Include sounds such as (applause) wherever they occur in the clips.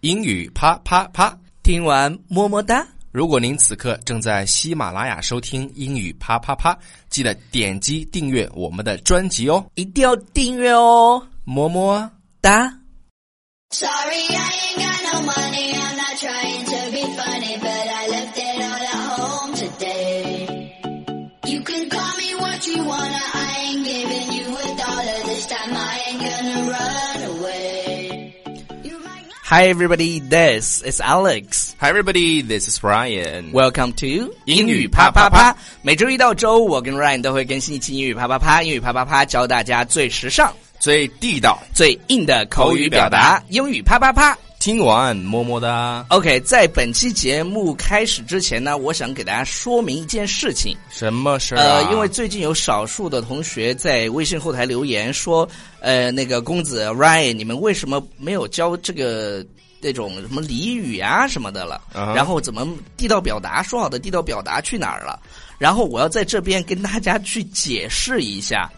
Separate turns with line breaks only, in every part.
英语啪啪啪。
听完么么哒，
如果您此刻正在喜马拉雅收听英语啪啪啪，记得点击订阅我们的专辑哦，
一定要订阅哦，
么么。
哒。
Sorry, I ain't got no money. I'm not trying to be funny, but I left it all at home today. You can call me what you wanna. I ain't giving you a dollar this time. I ain't gonna run away. You might not.
Hi everybody, this is Alex.
Hi everybody, this is Ryan.
Welcome to
英语啪啪啪。
每周一到周五，我跟 Ryan 都会更新一期英语啪啪啪。英语啪啪啪教大家最时尚、
最地道，
最硬的口语表达。英语啪啪啪。
听完么么哒。
OK，在本期节目开始之前呢，我想给大家说明一件事情。
什么事儿、啊？
呃，因为最近有少数的同学在微信后台留言说，呃，那个公子 Ryan，你们为什么没有教这个那种什么俚语啊什么的了
啊哈
然后怎么地道表达？说好的地道表达去哪儿了？然后我要在这边跟大家去解释一下。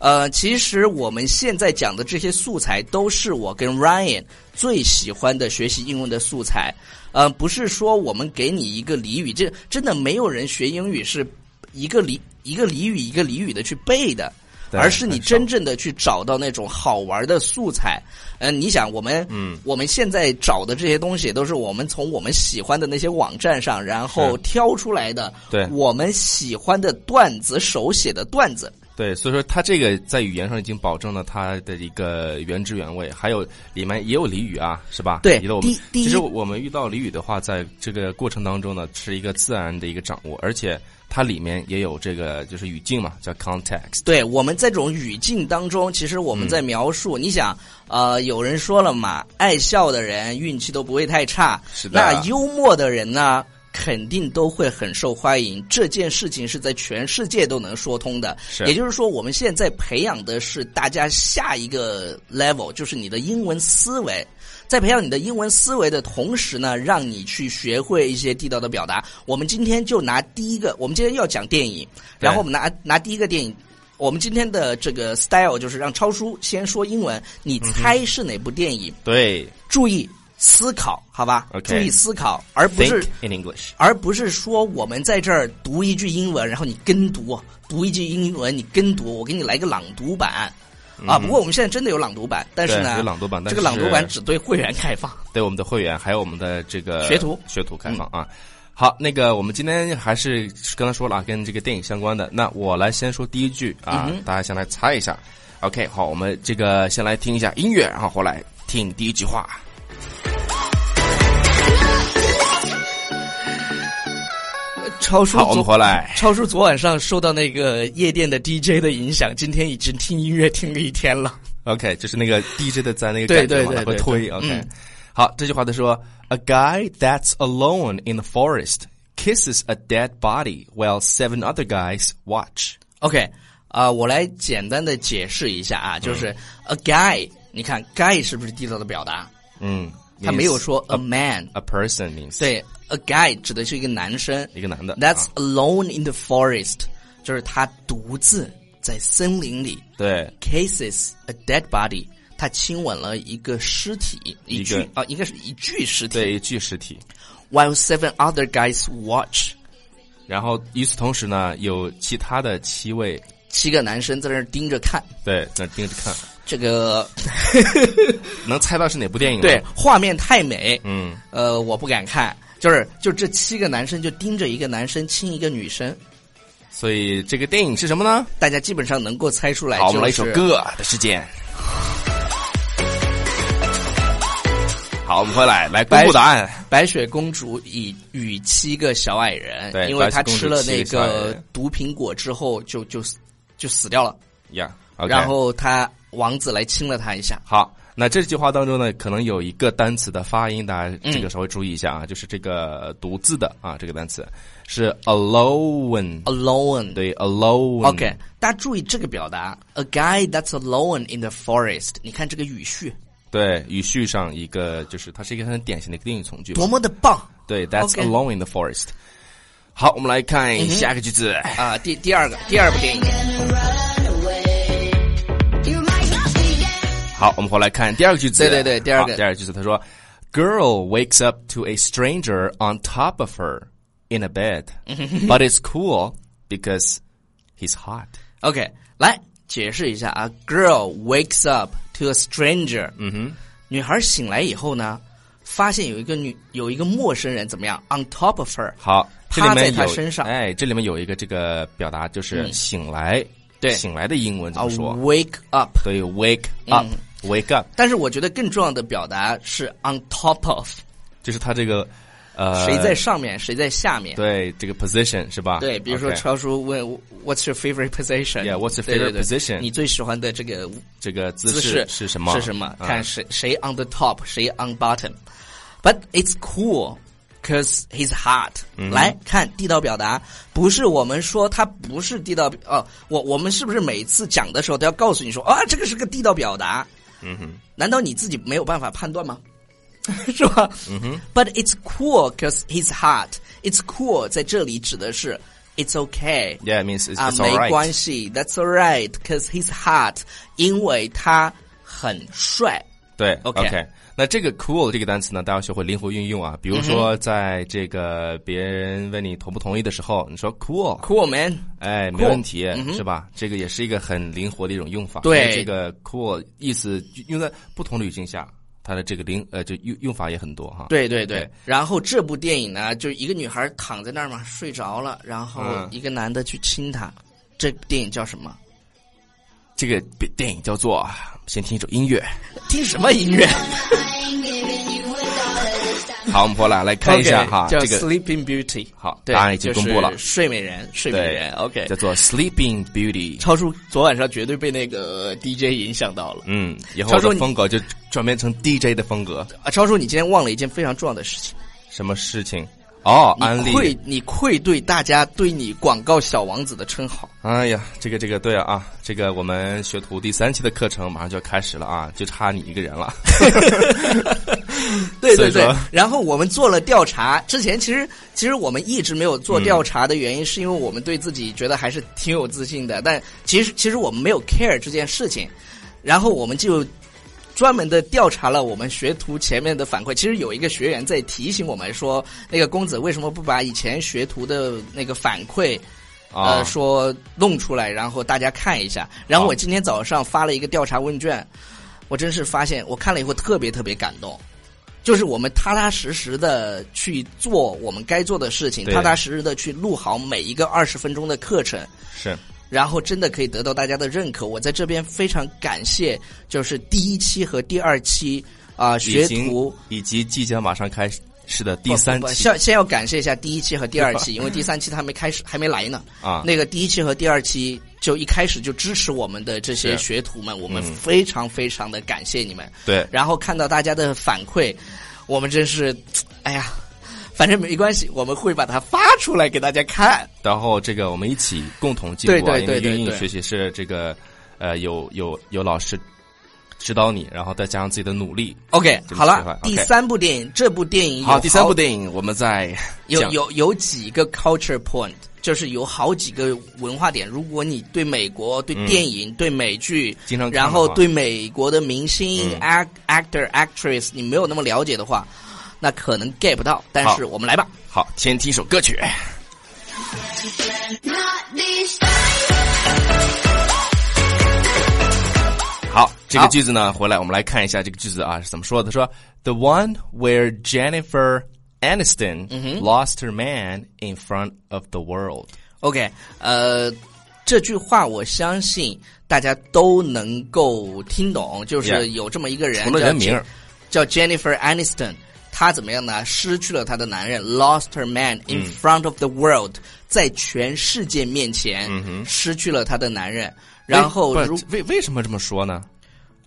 呃，其实我们现在讲的这些素材都是我跟 Ryan 最喜欢的学习英文的素材。呃，不是说我们给你一个俚语，这真的没有人学英语是一个俚一个俚语一个俚语的去背的，
对
而是你
很少
真正的去找到那种好玩的素材。嗯、你想我们，嗯，我们现在找的这些东西都是我们从我们喜欢的那些网站上，然后
是
挑出来的，
对
我们喜欢的段子，手写的段子。
对，所以说它这个在语言上已经保证了它的一个原汁原味，还有里面也有俚语啊，是吧？
对
也有我
第
们
第一
其实我们遇到俚语的话，在这个过程当中呢，是一个自然的一个掌握，而且它里面也有这个就是语境嘛，叫 context。
对，我们在这种语境当中，其实我
嗯
们在描述。你想，呃，有人说了嘛，爱笑的人运气都不会太差，
是的
那幽默的人呢，肯定都会很受欢迎。这件事情是在全世界都能说通的。
是
也就是说，我们现在培养的是大家下一个 level，就是你的英文思维。在培养你的英文思维的同时呢，让你去学会一些地道的表达。我们今天就拿第一个，我们今天要讲电影，然后我们拿拿第一个电影。我们今天的这个 style 就是让超叔先说英文，你
嗯
猜是哪部电影？
对
注意思考，好吧
OK
注意思考，而不是
，think in English。
而不是说我们在这儿读一句英文，然后你跟读，读一句英文你跟读，我给你来个朗读版。啊，不过我们现在真的有朗读版，但
嗯
是
对
呢，
有朗读版但
这个朗读版
是
只对会员开放。 (laughs)
对我们的会员，还有我们的这个
学徒嗯
学徒开放啊。好，那个我们今天还是刚才说了啊，跟这个电影相关的。那我来先说第一句啊，
嗯
大家先来猜一下。OK，好，我们这个先来听一下音乐，然后回来听第一句话。
超叔
好，我
昨
们回来。
超叔昨晚上受到那个夜店的 DJ 的影响，今天已经听音乐听了一天了。
OK，就是那个 DJ 的在那个
对
感觉
对
往
对
来回
对嗯
推。OK，好，这句话他说：A guy that's alone in the forest kisses a dead body while seven other guys watch。
OK，啊、我来简单的解释一下啊，就是 a guy，你看 guy 是不是地道的表达？
嗯，
他没有
means
说 a man，
a person means
对，a guy 指的是一个男生，
一个男的
That's
啊
alone in the forest，就是他独自在森林里
对。
kisses a dead body，他亲吻了一个尸体，一
一
具
个
啊，应该是一具尸体。
对，一具尸体。
While seven other guys watch，
然后与此同时呢，有其他的七位
七个男生在那儿盯着看
对在盯着看，
这个，
嗯能猜到是哪部电影吗？
(laughs) 对，画面太美，
嗯，
呃，我不敢看。就是就这七个男生就盯着一个男生亲一个女生，
所以这个电影是什么呢？
大家基本上能够猜出来、哎就是。
好，我们来一首歌的时间。好，我们回来来公布答案。
白雪公主与与七个小矮人，
对
因为她
白雪公主
吃了那
七个小矮
个
人
毒苹果之后就就就死掉了，
呀，OK，
然后她王子来亲了她一下。
好，那这句话当中呢，可能有一个单词的发音，大家
嗯
这个稍微注意一下啊，就是这个独自的啊，这个单词是 alone，
Alone，
对 alone。
，OK，大家注意这个表达，a guy that's alone in the forest。你看这个语序
对，语序上一个就是它是一个很典型的一个定语从句嘛。
多么的棒
对，That's
OK 嗯
alone in the forest。好，我们来看下一个句子。
啊、第第二个第二部电影
Gonna run away. You might not be dead.
好，我们回来看第二个句子。
对对对第二个
好第二个句子，他说 girl wakes up to a stranger on top of her in a
(laughs)
bed, but it's cool because he's hot.
OK，来解释一下啊，girl wakes up to a stranger。嗯哼，女孩醒来以后呢，发现有一个女有一个陌生人怎么样，on top of her。
好，这
趴
里面
在他
有
身上嗯
哎，这里面有一个这个表达就是醒来，
对
醒来的英文怎
啊嗯
么说？
，wake up。
所以 wake up，wake up
但是我觉得更重要的表达是 on top of，
就是它这个呃，
谁在上面，谁在下面。
对这个 position 是吧？
对，比如说
OK
超叔问 What's your favorite position？
Yeah, what's your
对对
favorite
对
position？
你最喜欢的这个
这个姿
姿势
是什么？
是什么？嗯
啊
看谁谁 on the top，谁 on bottom。But it's cool. Cause he's hot，、来看地道表达，不是我们说它不是地道哦，我我们是不是每次讲的时候都要告诉你说啊，这个是个地道表达？嗯哼，难道你自己没有办法判断吗？ (laughs) 是吧？嗯哼。But it's cool, cause he's hot. It's cool 在这里指的是 it's okay，
Yeah, it means it's,
啊，
it's
没
alright.
关系，That's alright，cause he's hot，因为他很帅。
对
OK
那这个 cool 这个单词呢，大家要学会灵活运用啊。比如说，在这个别人问你同不同意的时候，你说 cool，
Cool man，
哎，没问题，是吧？这个也是一个很灵活的一种用法。
对
所以这个 cool 意思用在不同的语境下，它的这个灵呃，就用用法也很多哈。
对对对
对。
然后这部电影呢，就一个女孩躺在那儿嘛，睡着了，然后
嗯
一个男的去亲她。这部电影叫什么？
这个电影叫做，先听一首音乐。
听什么音 (laughs) 乐？
I ain't giving you a dollar this time.
好，我们回来来看一下
OK，
哈，
叫
这
《
个
Sleeping Beauty》。
好
对，
答案已经公布了
就是睡美人，睡美
对
人。OK，
叫做 Sleeping Beauty。
超叔昨晚上绝对被那个 DJ 影响到了。
嗯，以后
超
我
叔
的
你
风格就转变成 DJ 的风格。
啊，超叔，你今天忘了一件非常重要的事情。
什么事情？哦，安
你
利。
愧你愧对大家对你广告小王子的称号。
哎呀，这个这个对啊啊，这个我们学徒第三期的课程马上就要开始了啊，就差你一个人
(laughs)
了。
(laughs) 对
所
对
以
对
说，
然后我们做了调查，之前其实其实我们一直没有做调查的原因，是因为我们对自己觉得还是挺有自信的，但其实其实我们没有 care 这件事情，然后我们就专门的调查了我们学徒前面的反馈。其实有一个学员在提醒我们说，那个公子为什么不把以前学徒的那个反馈
啊、
呃，说弄出来，然后大家看一下。然后
好
我今天早上发了一个调查问卷，我真是发现我看了以后特别特别感动，就是我们踏踏实实的去做我们该做的事情，
对
踏踏实实的去录好每一个二十分钟的课程，
是
然后真的可以得到大家的认可。我在这边非常感谢，就是第一期和第二期啊、学
已经
徒。
以及即将马上开始的第
不
三
不
期
先先要感谢一下第一期和第二
(laughs)
期，因为第三期他还没开始，还没来呢。
啊
那个第一期和第二期就一开始就支持我们的这些
是嗯
学徒们，我们非常非常的感谢你们。
对
然后看到大家的反馈，我们真是，哎呀，反正没关系，我们会把它发出来给大家看。
然后这个我们一起共同进步啊，
对对对
因为
对
运
对
营学习是这个呃有有有老师指导你，然后再加上自己的努力。
OK，
这个
好
喜欢
了
，OK，
第三部电影，这部电影有
好，第三部电影我们再
有
讲
有有几个 culture point，就是有好几个文化点。如果你对美国、对电影、对美剧，
经常看的话嗯
然后对美国的明星、act actor actress，你没有那么了解的话，那可能 get 不到。但是
好
我们来吧。
好，先听一首歌曲。
Not these times.
好，这个
好
句子呢，回来我们来看一下这个句子啊是怎么说的。说 The one where Jennifer Aniston
嗯
lost her man in front of the world。
OK，呃，这句话我相信大家都能够听懂，就是
Yeah
有这么一个人，
除了
叫
人名儿
Jen- 叫 Jennifer Aniston，她怎么样呢？失去了她的男人，lost her man
嗯
in front of the world，、在全世界面前、
嗯
失去了她的男
哎
人。然后
不是
如
为为什么这么说呢？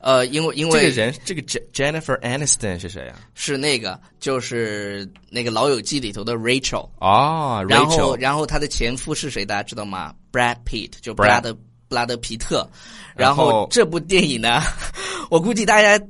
呃，因为因
这个
为
人，这个 Je- Jennifer Aniston 是谁啊？
是那个就是那个《老友记》里头的 Rachel，
哦
然后，
，Rachel，
然后她的前夫是谁？大家知道吗？Brad Pitt，就布
Brad
拉德布拉德皮特。
然
然
后
后这部电影呢， (laughs) 我估计大家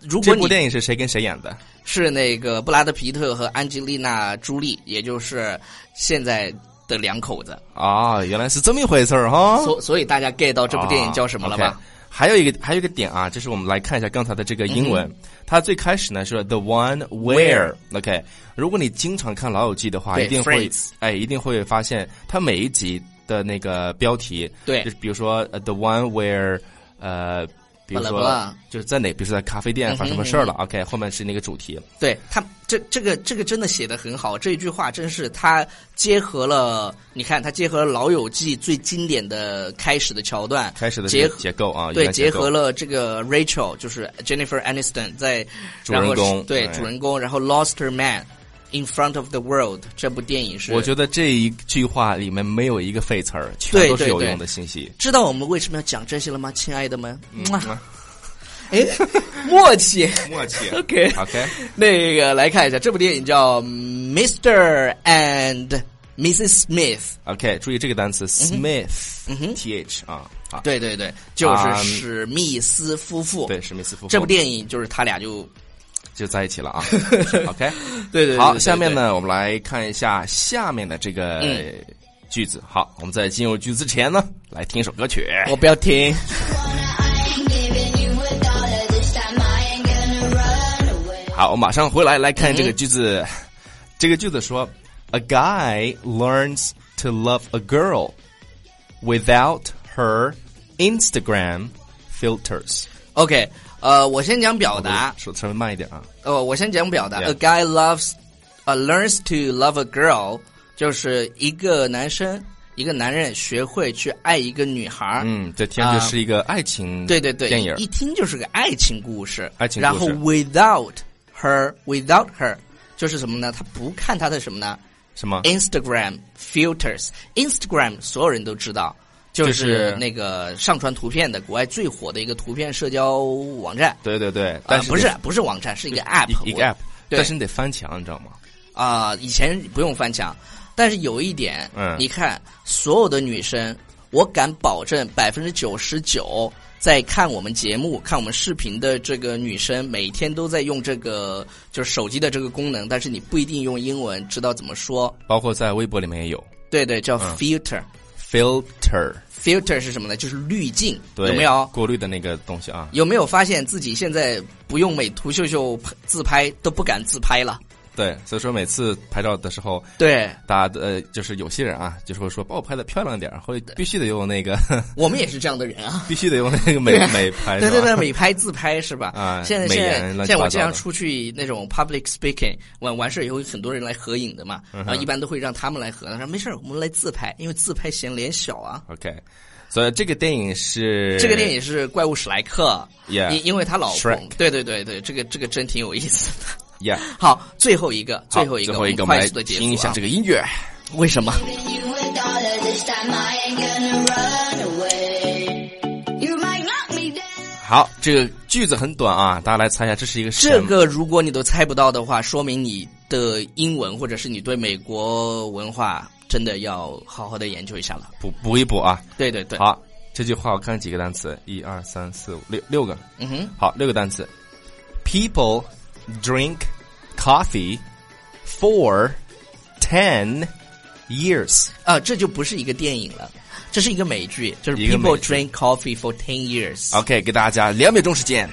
如果
这部
你
电影是谁跟谁演的？
是那个布拉德皮特和安吉丽娜朱莉，也就是现在的两口子，
啊，原来是这么一回事儿哈。
所所以大家 get 到这部电影叫什么了吧？
啊？OK 还有一个还有一个点啊，就是我们来看一下刚才的这个英文，它最开始呢是 the one where OK。如果你经常看《老友记》的话，
对
一定会
phrase
哎，一定会发现它每一集的那个标题，
对
就是比如说呃 the one where 呃。比如
巴
说，
拉巴拉嗯
就是在哪，比如说在咖啡店发啊生什么事儿了、o k 后面是那个主题，
对他这这个这个真的写的很好，这一句话真是他结合了，你看他结合了《老友记》最经典的开始的桥段，
开始的这
结
个结构啊，
对
应该
结
结构
合了这个 Rachel，就是 Jennifer Aniston 在
主人公
然后是对
哎
主人公，然后 Lost Her Man in Front of the World 这部电影是，
我觉得这一句话里面没有一个废词儿，全
对
都是
对
有
对
用的信息。
知道我们为什么要讲这些了吗，亲爱的们？
嗯
(laughs) 啊哎，默契。
默契
(laughs) OK，
(laughs) OK，
那个来看一下，这部电影叫《Mr. and Mrs. Smith》。
OK，注意这个单词 Smith，
嗯哼
T H 啊，啊，
对对对，就是
嗯
史密斯夫妇。
对，史密斯夫妇，
这部电影就是他俩就
就在一起了
(laughs)
啊。OK，
对对对
好，
对
下面
对
呢，我们来看一下下面的这个
嗯
句子。好，我们在进入句子之前呢，来听一首歌曲。
我不要听。
I ain't giving you a dollar this time. I ain't gonna run away.
好，我马上回来来看这个
嗯
句子。这个句子说：“A guy learns to love a girl without her Instagram filters。
OK，呃，我先讲表达，
说稍微慢一点啊。
呃，我先讲表达。
Yeah
A guy loves, uh, learns to love a girl，就是一个男生，一个男人学会去爱一个女孩儿。
嗯，这听上去
啊
是一个爱情
对对对，
电影儿
一听就是个爱情故事。
爱情故事
然后 without her，without her 就是什么呢？他不看他的什么呢？
什么？
哎 Instagram filters。Instagram 所有人都知道，就
就是
是那个上传图片的国外最火的一个图片社交网站。
对对对，
啊，
但是
不
得
是不是网站，是一个 app，
一一个 app，
对
但是你得翻墙，你知道吗？
啊、以前不用翻墙，但是有一点，
嗯
你看所有的女生，我敢保证百分之九十九在看我们节目、看我们视频的这个女生，每天都在用这个就是手机的这个功能，但是你不一定用英文知道怎么说。
包括在微博里面也有
对对，叫
嗯
filter、
filter，
filter 是什么呢？就是滤镜，
对，
有没有？
过滤的那个东西啊？
有没有发现自己现在不用美图秀秀自拍都不敢自拍了？
对，所以说每次拍照的时候，
对，
大家的呃，就是有些人啊，就是会说把我拍的漂亮点儿，或者必须得用那
(laughs)
个，
我们也是这样的人啊。
必须得用那个美美拍，
对
是
对
吧
对，美拍自拍是
(laughs)
吧？
啊
现在
美
现
颜
在
乱
现
七
在
八
我
糟
经
的
常出去那种 public speaking，完完事儿以后有很多人来合影的嘛，
嗯
然后一般都会让他们来合，他说没事儿，我们来自拍，因为自拍显脸小啊。
OK，所以这个电影是
这个电影是怪物史莱克，
Yeah，
因因为他老婆
Shrek，
对对对对，这个这个真挺有意思的。
，Yeah，
好，最后一个，
好
后一个，
最后一个，我们
我们快
来
速的结
听一
束
下
啊
这。个音乐。
为
(laughs)
什么？
Giving you a dollar this time. I ain't gonna run away. You might knock me down.
好，这个句子很短啊，大家来猜一下，这是一个
这
什么？
个如果你都猜不到的话，说明你的英文或者是你对美国文化真的要好好的研究一下了。
补补一补啊。
对对对，
好，这句话我看几个单词，一二三四五六六个。
嗯哼。
好，六个单词。People drink coffee for ten years。
啊，这就不是一个电影了，这是一个美剧，啊就是
一个美
People
剧
Drink Coffee for Ten Years。
OK，给大家两秒钟时间。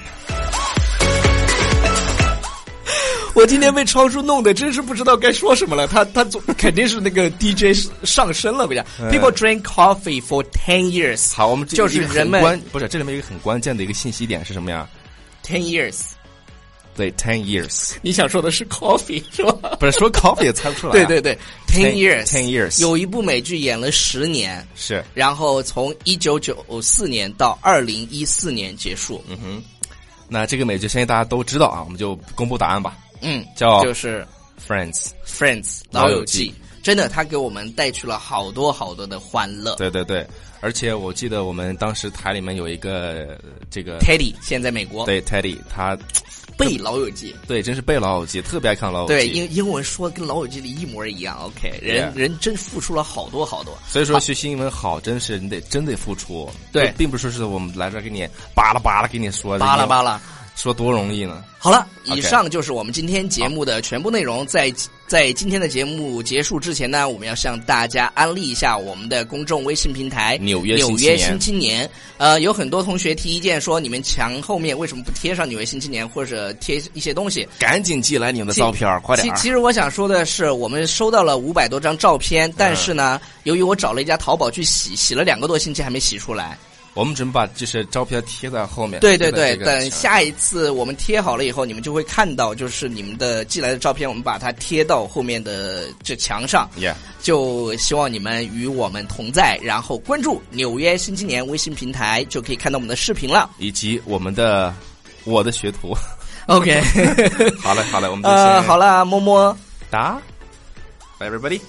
我今天被超叔弄的，真是不知道该说什么了。他他总肯定是那个 DJ 上身了，不是、People drink coffee for ten years。
好，我们这
就是
一个很
人嗯们
关不是这里面有一个很关键的一个信息点是什么呀？
ten years。
对，ten years， (laughs)
你想说的是 coffee 是吧？
不是说 coffee 也猜不出来啊、
(laughs) 对对对，ten
Ten-
years。
ten years
有一部美剧演了十年，
是
然后从一九九四年到二零一四年结束。嗯
那这个美剧相信大家都知道啊，我们就公布答案吧。
嗯，
叫
就是。
Friends，
Friends
老
老
友
友
记
记，真的，他给我们带去了好多好多的欢乐。
对对对，而且我记得我们当时台里面有一个呃这个
Teddy 现在美国
对 Teddy，他
背老友记，
对真是背老友记，特别爱看老友记。
对英英文说跟老友记里一模一样。OK，人
Yeah
人真付出了好多好多。
所以说学习英文好，真是你得真得付出。
哦对
就并不是说是我们来这儿给你巴拉巴拉给你说，
巴拉巴拉。
说多容易呢。
好了，
OK
以上就是我们今天节目的全部内容。在在今天的节目结束之前呢，我们要向大家安利一下我们的公众微信平台《
纽约
约
新青年
新青年》。呃，有很多同学提意见说，你们墙后面为什么不贴上《纽约新青年》或者贴一些东西？
赶紧寄来你们的照片儿，快点
其
儿！
其实我想说的是，我们收到了五百多张照片，但是呢，
嗯
由于我找了一家淘宝去洗，洗了两个多星期还没洗出来。
我们准备把就是照片贴在后面。
对
贴
对
在
对，
这个
等
墙
下一次我们贴好了以后，你们就会看到，就是你们的寄来的照片，我们把它贴到后面的这墙上。
Yeah，
就希望你们与我们同在，然后关注《纽约新青年》微信平台，就可以看到我们的视频了。
以及我们的我的学徒。 (laughs)
OK，
好嘞，好嘞，我们就
(laughs) 呃，
先
好了，么么。
答，Bye everybody。